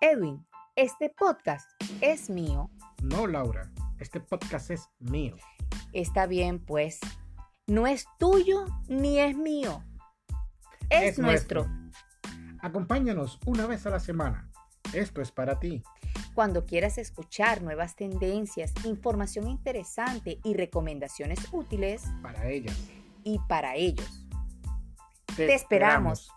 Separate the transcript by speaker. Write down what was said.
Speaker 1: Edwin, este podcast es mío.
Speaker 2: No, Laura, este podcast es mío.
Speaker 1: Está bien, pues. No es tuyo ni es mío. Es,
Speaker 2: Es
Speaker 1: nuestro.
Speaker 2: nuestro. Acompáñanos una vez a la semana. Esto es para ti.
Speaker 1: Cuando quieras escuchar nuevas tendencias, información interesante y recomendaciones útiles
Speaker 2: Para ellas.
Speaker 1: y para ellos.
Speaker 2: Te,
Speaker 1: esperamos.